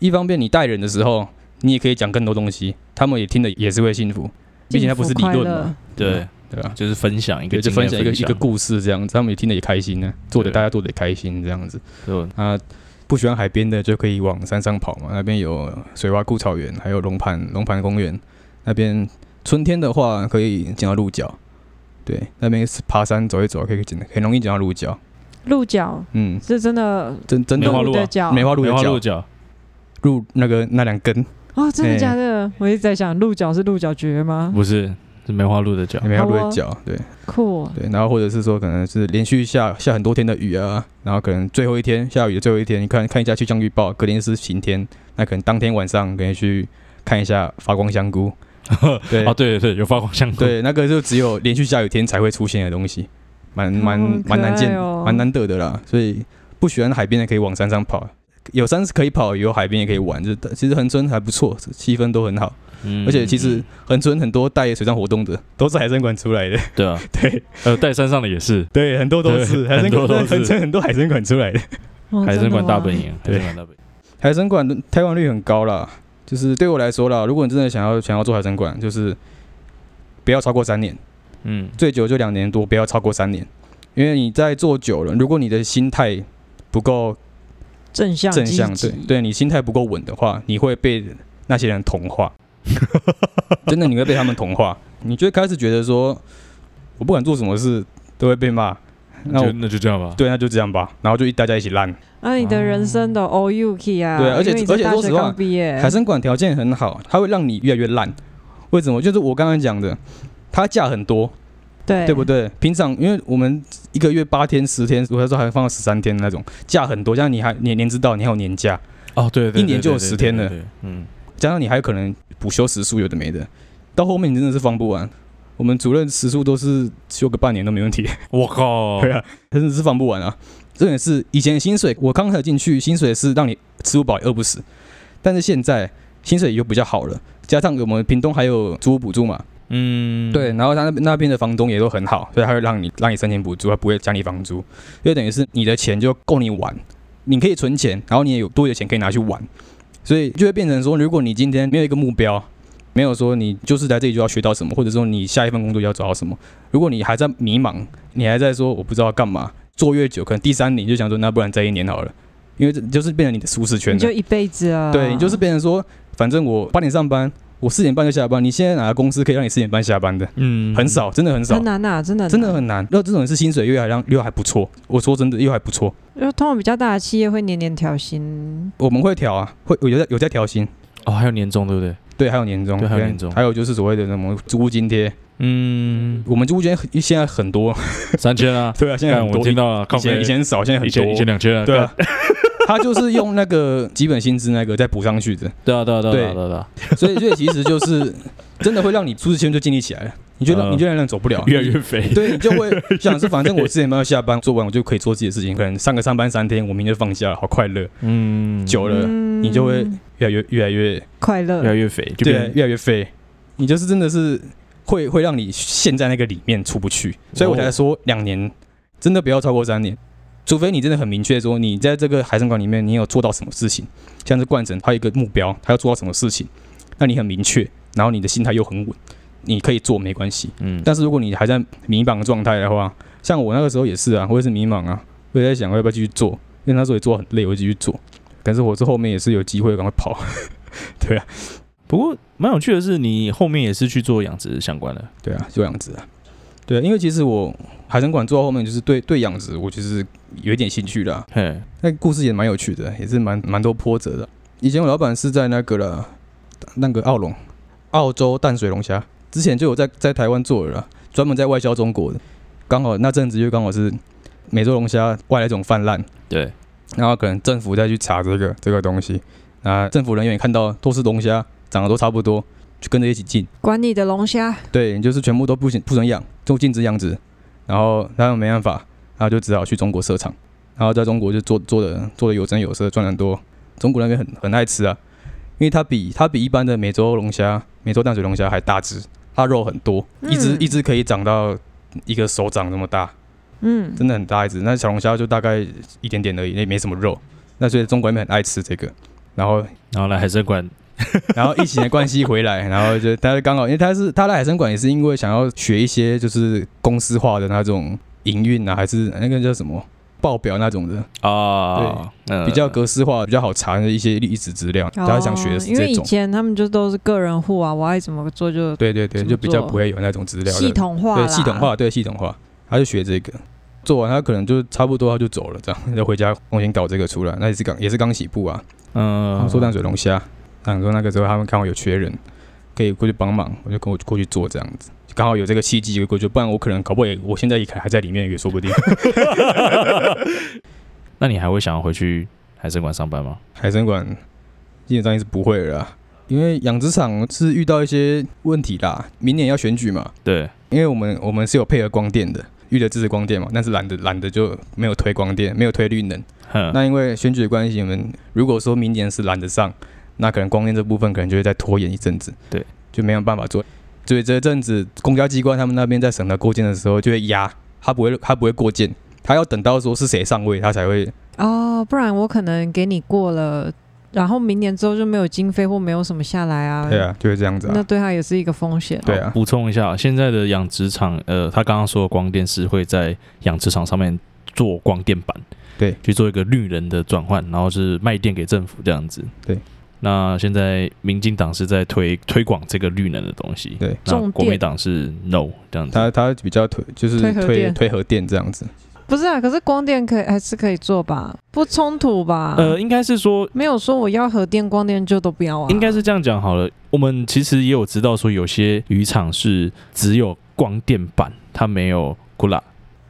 Speaker 1: 一方面，你带人的时候，你也可以讲更多东西，他们也听得也是会幸福，毕竟它不是理论嘛，
Speaker 2: 对，
Speaker 1: 对吧？
Speaker 2: 就是分享一个
Speaker 1: 对，就
Speaker 2: 经验
Speaker 1: 分享一个一个故事这样子，他们也听得也开心呢、啊做的
Speaker 2: 对
Speaker 1: 大家做的也开心这样子。
Speaker 2: 对
Speaker 1: 啊，不喜欢海边的就可以往山上跑嘛，那边有水洼固草原，还有龙盘龙盘公园。那边春天的话可以捡到鹿角，对，那边是爬山走一走可以捡，很容易捡到鹿角。
Speaker 3: 鹿角
Speaker 1: 嗯，
Speaker 3: 是真的
Speaker 1: 真真的
Speaker 2: 梅花鹿
Speaker 3: 鹿
Speaker 2: 啊
Speaker 3: 的角，
Speaker 1: 梅花鹿
Speaker 2: 梅
Speaker 1: 的
Speaker 2: 花鹿
Speaker 1: 角，
Speaker 2: 角，
Speaker 1: 鹿那个那两根
Speaker 3: 哦，真
Speaker 1: 哎
Speaker 3: 的假的？我一直在想，鹿角是鹿角蕨吗？
Speaker 2: 不是是梅花鹿的角，
Speaker 1: 梅花鹿
Speaker 3: 好
Speaker 1: 的
Speaker 3: 哦
Speaker 1: 角，对
Speaker 3: 酷哦，
Speaker 1: 对，然后或者是说可能是连续下下很多天的雨啊，然后可能最后一天下雨的最后一天，你看看一下气象预报，隔天是晴天，那可能当天晚上可以去看一下发光香菇，对
Speaker 2: 哦，对对，有发
Speaker 1: [LAUGHS]
Speaker 2: 光香菇，
Speaker 1: 对，那个就只有连续下雨天才会出现的东西，蛮蛮
Speaker 3: 哦很可
Speaker 1: 蛮难见
Speaker 3: 爱哦，
Speaker 1: 蛮难得的啦。所以不喜欢海边的可以往山上跑，啊有山是可以跑，有海边也可以玩。就其实恒春还不错，气氛都很好，
Speaker 2: 嗯，
Speaker 1: 而且其实恒春很多带水上活动的都是海参馆出 [LAUGHS] 来的，
Speaker 2: 对啊，
Speaker 1: 对
Speaker 2: 呃，带山上的也是
Speaker 1: 对，很多都是
Speaker 2: 对
Speaker 1: 海参
Speaker 2: 很多
Speaker 1: 馆，
Speaker 2: 都是
Speaker 1: 恒春很多海参馆出来的，
Speaker 3: 哦
Speaker 2: 海参馆大本
Speaker 3: 真的吗
Speaker 2: 营，啊海
Speaker 1: 对
Speaker 2: 参馆大本营，
Speaker 1: 海参馆的开放率很高啦。就是对我来说啦，如果你真的想要想要做海参馆，就是不要超过三年。
Speaker 2: 嗯，
Speaker 1: 最久就两年多，不要超过三年，因为你在做久了，如果你的心态不够
Speaker 3: 正向
Speaker 1: 正向，
Speaker 3: 积
Speaker 1: 对
Speaker 3: 极
Speaker 1: 对，你心态不够稳的话，你会被那些人同化，真的你会被他们同化，你就会开始觉得说，我不管做什么事都会被骂，那
Speaker 2: 就
Speaker 1: 我
Speaker 2: 那就这样吧，
Speaker 1: 对，那就这样吧，然后就一大家一起烂。
Speaker 3: 那啊你的人生的
Speaker 2: 哦
Speaker 3: all you key 啊，
Speaker 1: 对而且
Speaker 3: 因为你才
Speaker 1: 而且
Speaker 3: 大
Speaker 1: 说实
Speaker 3: 学
Speaker 1: 话
Speaker 3: 刚毕业，
Speaker 1: 海参馆条件很好，它会让你越来越烂，为什么？就是我刚刚讲的，它价很多，
Speaker 3: 对
Speaker 1: 对不？对？平常因为我们一个月八天、十天，我时候还放到十三天的那种假很多，加上你还你年知道你还有年假，
Speaker 2: 哦，对，对
Speaker 1: 一年就有10天，了
Speaker 2: 对对对对对嗯，
Speaker 1: 加上你还有可能补休时数有的没的，到后面你真的是放不完。我们主任时数都是休个半年都没问题， [LAUGHS]
Speaker 2: 我靠，
Speaker 1: 对啊，真的是放不完啊。重点是以前薪水，我刚才进去薪水是让你吃不饱也饿不死，但是现在薪水又比较好了，加上我们屏东还有租屋补助嘛，
Speaker 2: 嗯，
Speaker 1: 对，然后他那边那边的房东也都很好，所以他会让你让你申请补助，他不会加你房租，就等于是你的钱就够你玩，你可以存钱，然后你也有多余的钱可以拿去玩，所以就会变成说，如果你今天没有一个目标，没有说你就是来这里就要学到什么，或者说你下一份工作要找到什么，如果你还在迷茫，你还在说我不知道要干嘛，做越久，可能第三年就想说，那不然再一年好了，因为这就是变成你的舒适圈
Speaker 3: 你
Speaker 1: 了
Speaker 3: 就。一辈子啊，
Speaker 1: 对，你就是变成说，反正我八点上班，我四点半就下班。你现在哪个公司可以让你四点半下班的？
Speaker 2: 嗯，
Speaker 1: 很，少，真的很少
Speaker 3: 很，难啊，真的
Speaker 1: 真的很难。那这种人是薪水又还让又还不错，我说真的又还不错。
Speaker 3: 因为通常比较大的企业会年年调薪，
Speaker 1: 我们会调啊，会有在有在调薪，
Speaker 2: 哦，还有年终对不对？
Speaker 1: 对，还有年终，
Speaker 2: 对还有
Speaker 1: 对
Speaker 2: 年终
Speaker 1: 还有就是所谓的什么租屋津贴，
Speaker 2: 嗯，
Speaker 1: 我们租屋津贴现在很多，，
Speaker 2: 三千啊
Speaker 1: 对啊，现在
Speaker 2: 看
Speaker 1: 很
Speaker 2: 我
Speaker 1: 多，
Speaker 2: 听到了，靠
Speaker 1: 以前
Speaker 2: 北
Speaker 1: 以前少，现在很
Speaker 2: 以前以
Speaker 1: 多，
Speaker 2: 前两千啊，
Speaker 1: 对啊。 [LAUGHS] 他就是用那个基本薪资那个再补上去的，
Speaker 2: 对啊，对啊，对
Speaker 1: 对
Speaker 2: 啊，对啊对啊对啊，
Speaker 1: 所以所以其实就是真的会让你舒适圈就建立起来了，你就让
Speaker 2: 嗯
Speaker 1: 你就让人走不了，
Speaker 2: 越来越肥，
Speaker 1: 对你就会想是，反正我四点半要下班，做完我就可以做自己的事情。可能上个上班三天，我明天就放假了，好快乐。
Speaker 2: 嗯，
Speaker 1: 久了，
Speaker 3: 嗯
Speaker 1: 你就会越来越越来越
Speaker 3: 快
Speaker 2: 越来
Speaker 3: 乐，
Speaker 2: 越肥，就
Speaker 1: 对
Speaker 2: 变，
Speaker 1: 越来越废。你就是真的是会会让你陷在那个里面出不去，所以我才说两年真的不要超过三年，除非你真的很明确说你在这个海参馆里面你有做到什么事情，像是冠城他有一个目标，他要做到什么事情，那你很明确，然后你的心态又很稳，你可以做没关系。
Speaker 2: 嗯，
Speaker 1: 但是如果你还在迷茫的状态的话，像我那个时候也是啊，我也是迷茫啊，我也在想我要不要继续做，因为那时候也做很累，我就继续做。可是我是后面也是有机会赶快跑，对啊，
Speaker 2: 不过蛮有趣的是，你后面也是去做养殖相关的，
Speaker 1: 对啊，就这样子啊。对啊，因为其实我海参馆做到后面，就是对对养殖，我其实有一点兴趣啦。
Speaker 2: 嘿，
Speaker 1: 那个故事也蛮有趣的，也是蛮蛮多波折的。以前我老板是在那个了，那个澳龙，澳洲淡水龙虾，之前就有在在台湾做了啦，专门在外销中国的。刚好那阵子就刚好是美洲龙虾外来种泛滥，
Speaker 2: 对，
Speaker 1: 然后可能政府再去查这个这个东西，啊，政府人员也看到都是龙虾，长得都差不多，就跟着一起进。
Speaker 3: 管你的龙虾，
Speaker 1: 对，你就是全部都不行不准养，就禁止养殖。然后他们没办法，然后就只好去中国设厂，然后在中国就做做的做的有声有色，赚得很多。中国那边很很爱吃啊，因为它比它比一般的美洲龙虾、美洲淡水龙虾还大只，它肉很多，一只
Speaker 3: 嗯
Speaker 1: 一只可以长到一个手掌那么大，
Speaker 3: 嗯，
Speaker 1: 真的很大一只。那小龙虾就大概一点点而已，也没什么肉。那所以中国人民很爱吃这个，然后
Speaker 2: 然后来海参馆，
Speaker 1: 然后疫情的关系回来，然后就他就刚好，因为他是他来海参馆也是因为想要学一些就是公司化的那种营运啊，还是那个叫什么报表那种的，
Speaker 2: 啊，嗯
Speaker 1: 比较格式化、比较好查的一些历史资料，他想学的是
Speaker 3: 哦因为
Speaker 1: 这
Speaker 3: 以
Speaker 1: 种。
Speaker 3: 前他们就都是个人户啊，我爱怎么做就
Speaker 1: 对对对，
Speaker 3: 怎么
Speaker 1: 就比较
Speaker 3: 做
Speaker 1: 不会有那种资料的
Speaker 3: 系统化啦
Speaker 1: 对系统化，对系统化，他就学这个，做完他可能就差不多他就走了，这样就回家重新搞这个出来，那也是刚也是刚起步啊。他
Speaker 2: 嗯，
Speaker 1: 们说淡水龙虾，想说那个时候啊他们看我有缺人，可以过去帮忙，我就跟我过去做这样子，刚好有这个契机就过去，不然我可能搞不好也我现在也可还在里面也说不定。 [LAUGHS]
Speaker 2: 那你还会想要回去海参馆上班吗？
Speaker 1: 海参馆基本上也是不会了啦，因为养殖场是遇到一些问题啦，明年要选举嘛，
Speaker 2: 对，
Speaker 1: 因为我们我们是有配合光电的，预的支持光电嘛，但是懒得懒得就没有推光电，没有推绿能。
Speaker 3: 啊
Speaker 2: 哼，
Speaker 1: 那因为选举的关系，我们如果说明年是懒得上，那可能光电这部分可能就会再拖延一阵子，
Speaker 2: 对，
Speaker 1: 就没有办法做。所以这阵子公家机关他们那边在审核过件的时候就会压，他不会他不会过件，他要等到说是谁上位，他才会
Speaker 3: 哦，不然我可能给你过了，然后明年之后就没有经费或没有什么下来啊。
Speaker 1: 对啊，就会这样子
Speaker 3: 那
Speaker 1: 啊。
Speaker 3: 对他也是一个风险。
Speaker 1: 对啊
Speaker 2: 补充一下，现在的养殖场，呃，他刚刚说的光电是会在养殖场上面做光电板，
Speaker 1: 对，
Speaker 2: 去做一个绿能的转换，然后是卖电给政府这样子。
Speaker 1: 对，
Speaker 2: 那现在民进党是在推推广这个绿能的东西，
Speaker 1: 对，
Speaker 2: 那
Speaker 3: 重
Speaker 2: 国民
Speaker 3: 电
Speaker 2: 党是 no 这样子。
Speaker 1: 他他比较推就是
Speaker 3: 推核
Speaker 1: 推
Speaker 3: 电
Speaker 1: 推核电这样子，
Speaker 3: 不是啊，可是光电可以还是可以做吧，不冲突吧？
Speaker 2: 呃，
Speaker 1: 嗯
Speaker 2: 应该是说
Speaker 3: 没有说我要核电、光电就都不要啊。
Speaker 2: 应该是这样讲好了。我们其实也有知道说，有些渔场是只有光电板，它没有古拉，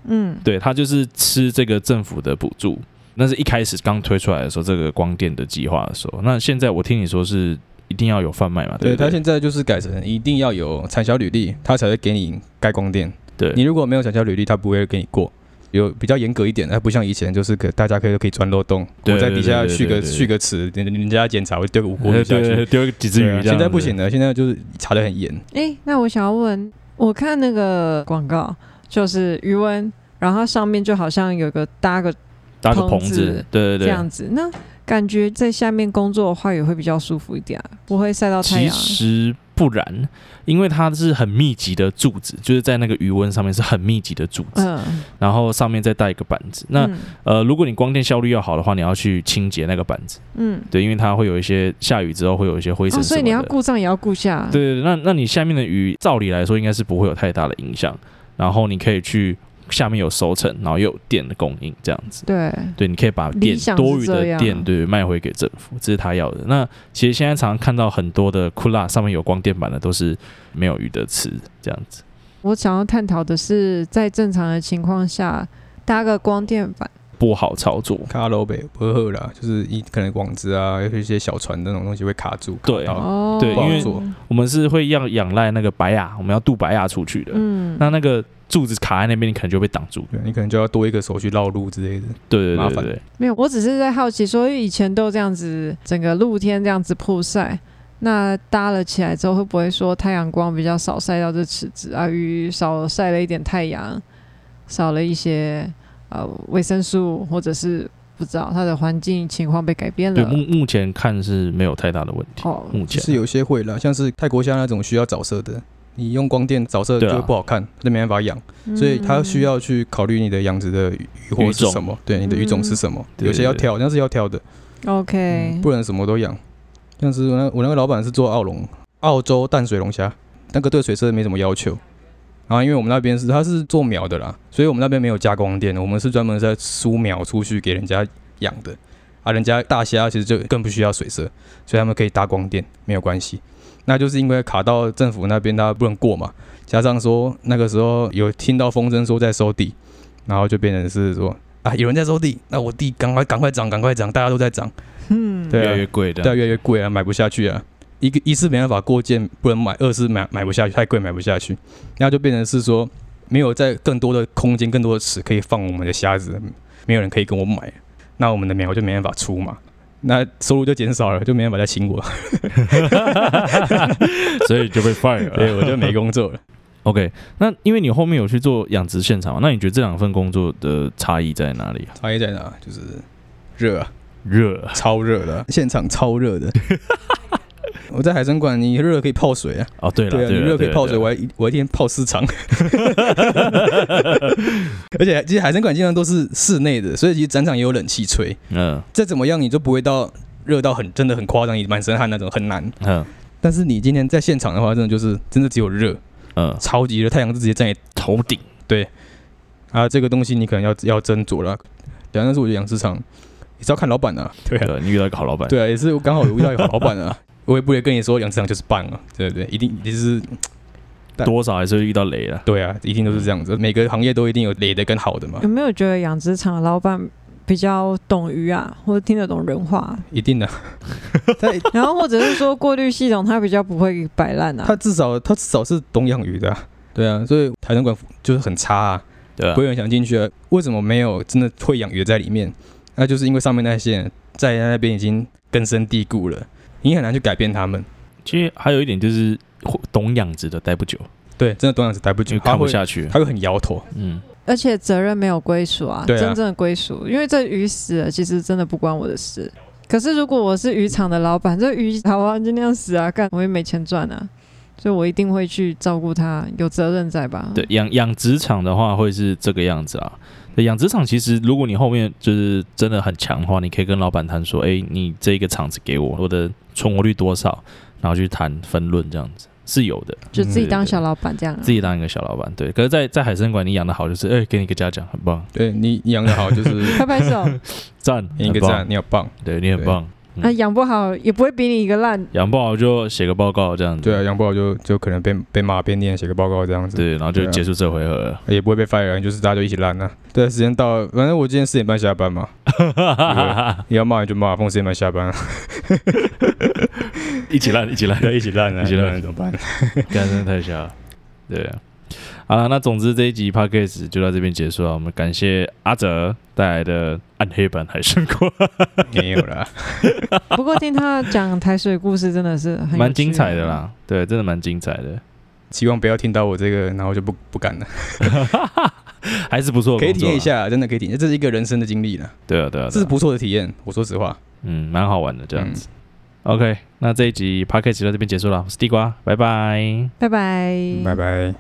Speaker 3: 嗯，
Speaker 2: 对，它就是吃这个政府的补助。那是一开始刚推出来的时候，这个光电的计划的时候。那现在我听你说是一定要有贩卖嘛？
Speaker 1: 对
Speaker 2: 对不
Speaker 1: 他
Speaker 2: 对，
Speaker 1: 现在就是改成一定要有产销履历，他才会给你盖光电。
Speaker 2: 对
Speaker 1: 你如果没有产销履历，他不会给你过。有比较严格一点，它不像以前，就是可大家可以可以钻漏洞，
Speaker 2: 对
Speaker 1: 我在底下
Speaker 2: 对对对
Speaker 1: 续个
Speaker 2: 对对
Speaker 1: 续个池，人人家检查会丢个无锅鱼
Speaker 2: 对
Speaker 1: 下
Speaker 2: 对
Speaker 1: 去。
Speaker 2: 对丢几只
Speaker 1: 对啊
Speaker 2: 鱼这样子
Speaker 1: 现在不行，了，现在就是查得很严。
Speaker 3: 诶，那我想要问，我看那个广告就是余温，然后它上面就好像有个搭个
Speaker 2: 搭个
Speaker 3: 棚
Speaker 2: 棚
Speaker 3: 子
Speaker 2: 子，对对
Speaker 3: 这
Speaker 2: 对。
Speaker 3: 样子，那感觉在下面工作的话也会比较舒服一点、啊，不会晒到太
Speaker 2: 其
Speaker 3: 阳。
Speaker 2: 实不然，因为它是很密集的柱子，就是在那个余温上面是很密集的柱子，
Speaker 3: 嗯，
Speaker 2: 然后上面再带一个板子。那
Speaker 3: 嗯
Speaker 2: 呃，如果你光电效率要好的话，你要去清洁那个板子，
Speaker 3: 嗯
Speaker 2: 对，因为它会有一些下雨之后会有一些灰尘、
Speaker 3: 哦，所以你要。顾上也要啊顾下。
Speaker 2: 对，对，对那那你下面的雨，照理来说应该是不会有太大的影响，然后你可以去下面有收成，然后又有电的供应，这样子。
Speaker 3: 对，
Speaker 2: 对，你可以把
Speaker 3: 理
Speaker 2: 电
Speaker 3: 想是
Speaker 2: 多余
Speaker 3: 这
Speaker 2: 的
Speaker 3: 样啊
Speaker 2: 电对卖回给政府，这是他要的。那其实现在常常看到很多的库拉上面有光电板的都是没有鱼的池这样子。
Speaker 3: 我想要探讨的是，在正常的情况下搭个光电板，
Speaker 2: 不好操作，
Speaker 1: 卡楼北不会啦，就是一可能网子啊，有一些小船那种东西会卡住。
Speaker 2: 对
Speaker 1: 卡到
Speaker 3: 哦，
Speaker 2: 啊对
Speaker 1: 不好因为做
Speaker 2: 我们是会要仰赖那个白牙，我们要渡白牙出去的。
Speaker 3: 嗯，
Speaker 2: 那那个柱子卡在那边，你可能就被挡住。
Speaker 1: 对你可能就要多一个手续绕路之类的。
Speaker 2: 对对
Speaker 1: 麻
Speaker 2: 对对
Speaker 1: 烦
Speaker 2: 对，
Speaker 3: 没有，我只是在好奇说，因为以前都这样子，整个露天这样子曝晒，那搭了起来之后，会不会说太阳光比较少晒到这池子啊，鱼少晒了一点太阳，少了一些呃维生素，或者是不知道它的环境情况被改变
Speaker 2: 对
Speaker 3: 了
Speaker 2: 目。目前看是没有太大的问题。
Speaker 3: 哦，
Speaker 2: 目
Speaker 1: 其
Speaker 2: 前
Speaker 1: 实有些会啦，像是泰国虾那种需要照射的，你用光电照射就
Speaker 2: 对啊
Speaker 1: 会不好看，就没办法养。所以
Speaker 3: 嗯
Speaker 1: 它需要去考虑你的养殖的鱼货
Speaker 2: 鱼
Speaker 1: 是
Speaker 2: 种
Speaker 1: 什么，对，你的鱼种是什么，
Speaker 2: 嗯
Speaker 1: 有些要挑，那是要挑的，
Speaker 3: 嗯 OK，、
Speaker 1: 不能什么都养。像是我那我那个老板是做澳龙，澳洲淡水龙虾，那个对水色没什么要求。然后因为我们那边是它是做苗的啦，所以我们那边没有加工店，我们是专门在输苗出去给人家养的。啊，人家大虾其实就更不需要水色，所以他们可以搭光电，没有关系。那就是因为卡到政府那边，他不能过嘛，加上说那个时候有听到风声说在收地，然后就变成是说啊，有人在收地，那我地赶快赶快涨，赶快涨，大家都在涨，
Speaker 3: 嗯，
Speaker 1: 对
Speaker 2: 越来
Speaker 1: 啊
Speaker 2: 越，贵的。
Speaker 1: 对啊，越来越贵啊，买不下去啊。一个一是没办法过件，不能买；二是买买不下去，太贵买不下去，那就变成是说没有在更多的空间、更多的池可以放我们的虾子，没有人可以跟我买，那我们的苗就没办法出嘛，那收入就减少了，就没办法再请 [LAUGHS] 我，
Speaker 2: [LAUGHS] 所以就被 fire
Speaker 1: 所以
Speaker 2: 了。
Speaker 1: 我就没工作了。
Speaker 2: [LAUGHS] OK，那因为你后面有去做养殖现场嘛，那你觉得这两份工作的差异在哪里啊？
Speaker 1: [LAUGHS] 差异在哪？就是热、啊，
Speaker 2: 热啊
Speaker 1: 超热的啊，现场超热 [LAUGHS] 的。我在海参馆，你热可以泡水啊，
Speaker 2: 哦，对了，
Speaker 1: 对啊，你
Speaker 2: 了
Speaker 1: 热可以
Speaker 2: 对了
Speaker 1: 泡水，
Speaker 2: 对了
Speaker 1: 我还一我还一天泡四场， [LAUGHS] 而且其实海参馆经常都是室内的，所以其实展场也有冷气吹，
Speaker 2: [LAUGHS] 嗯
Speaker 1: 再怎么样你就不会到热到很真的很夸张，你满身汗那种很难。
Speaker 2: 嗯
Speaker 1: 但是你今天在现场的话，真的就是真的只有热，
Speaker 2: 嗯，
Speaker 1: 超级热，太阳就直接在你
Speaker 2: 头顶
Speaker 1: 啊，这个东西你可能要要斟酌了。对啊，但是我觉得养殖场也是要看老板啊，对啊，
Speaker 2: 对，你遇到一个好老
Speaker 1: [LAUGHS]
Speaker 2: 板，
Speaker 1: 对啊，也是刚好有遇到一个好老板啊，我也不会跟你说养殖场就是棒啊，对不对？一定就是啊
Speaker 2: 多少还是会遇到雷了。
Speaker 1: 对啊，一定都是这样子，每个行业都一定有雷的跟好的嘛
Speaker 2: 啊
Speaker 3: 有，没有觉得养殖场的老板比较懂鱼啊，或者听得懂人话啊、
Speaker 2: [LAUGHS]
Speaker 1: 一定的、 [LAUGHS] 他
Speaker 3: 然后或者是说过滤系统他比较不会摆烂啊
Speaker 1: 他？至少他至少是懂养鱼的啊、对啊，所以台中馆就是很差啊，
Speaker 2: 对啊
Speaker 1: 不会有人想进去啊。为什么没有真的会养鱼的在里面？那就是因为上面那些人在那边已经根深蒂固了，你很难去改变他们。
Speaker 2: 其实还有一点就是懂养殖的待不久，
Speaker 1: 对，真的懂养是待不
Speaker 2: 因
Speaker 1: 久，
Speaker 2: 为
Speaker 1: 他
Speaker 2: 看不
Speaker 1: 会
Speaker 2: 下去。
Speaker 1: 他会很摇头。
Speaker 2: 嗯，
Speaker 3: 而且责任没有归属啊，
Speaker 1: 对啊
Speaker 3: 真正的归属，因为这鱼死了，其实真的不关我的事。可是如果我是渔场的老板，这鱼好啊，就那样死啊，干我也没钱赚啊，所以我一定会去照顾它，有责任在吧？
Speaker 2: 对，，养养殖场的话会是这个样子啊。对，养殖场其实如果你后面就是真的很强的话，你可以跟老板谈说，哎，你这个厂子给我，我的存活率多少，然后去谈分论这样子是有的。
Speaker 3: 就自己当
Speaker 2: 嗯
Speaker 3: 小老板这样、啊。
Speaker 2: 自己当一个小老板，对。可是在，在海参馆你养的好，就是哎、给你一个嘉奖，很棒，
Speaker 1: 对你你养的好，就是
Speaker 2: [LAUGHS]
Speaker 3: 拍拍手，
Speaker 2: 赞，
Speaker 1: 你一个
Speaker 2: 很棒
Speaker 1: 赞，，你好棒。
Speaker 2: 对你很
Speaker 1: 对
Speaker 2: 棒。嗯
Speaker 3: 那啊养不好也不会比你一个烂。
Speaker 2: 养不好就写个报告这样子，
Speaker 1: 对啊，养不好就就可能被被骂、被念、写个报告这样子，
Speaker 2: 对，然后就
Speaker 1: 对啊
Speaker 2: 结束这回
Speaker 1: [LAUGHS]
Speaker 2: 合了。 [LAUGHS]
Speaker 1: 也不会被 fire，就是大家就一起烂啊。对，时间到了，反正我今天四点半下班嘛，你要骂你就骂，风四点半下班啊。
Speaker 2: 一起烂，一起烂，
Speaker 1: 对，一起烂啊，
Speaker 2: 一
Speaker 1: [LAUGHS]
Speaker 2: 起烂
Speaker 1: 怎么办？
Speaker 2: [LAUGHS] 干真的太瞎了。对啊，好了，那总之这一集 podcast 就到这边结束了。我们感谢阿哲带来的暗黑版海参馆，
Speaker 1: 没有啦，
Speaker 3: 不过听他讲台水故事真的是很有
Speaker 2: 蛮
Speaker 3: 趣啊
Speaker 2: 精彩的。啦。对，真的蛮精彩的， [LAUGHS]
Speaker 1: 希望不要听到我这个，然后就不不敢了。
Speaker 2: 还是不错的
Speaker 1: 可以体
Speaker 2: 工作啊啦。
Speaker 1: 验一下，真的可以体验，这是一个人生的经历了，
Speaker 2: 对啊，对啊，对啊，
Speaker 1: 这是不错的体验。我说实话，
Speaker 2: 嗯，蛮好玩的这样子。OK，那这一集 podcast 就到这边结束了。我是地瓜，拜拜。
Speaker 3: 拜拜，
Speaker 1: 拜拜。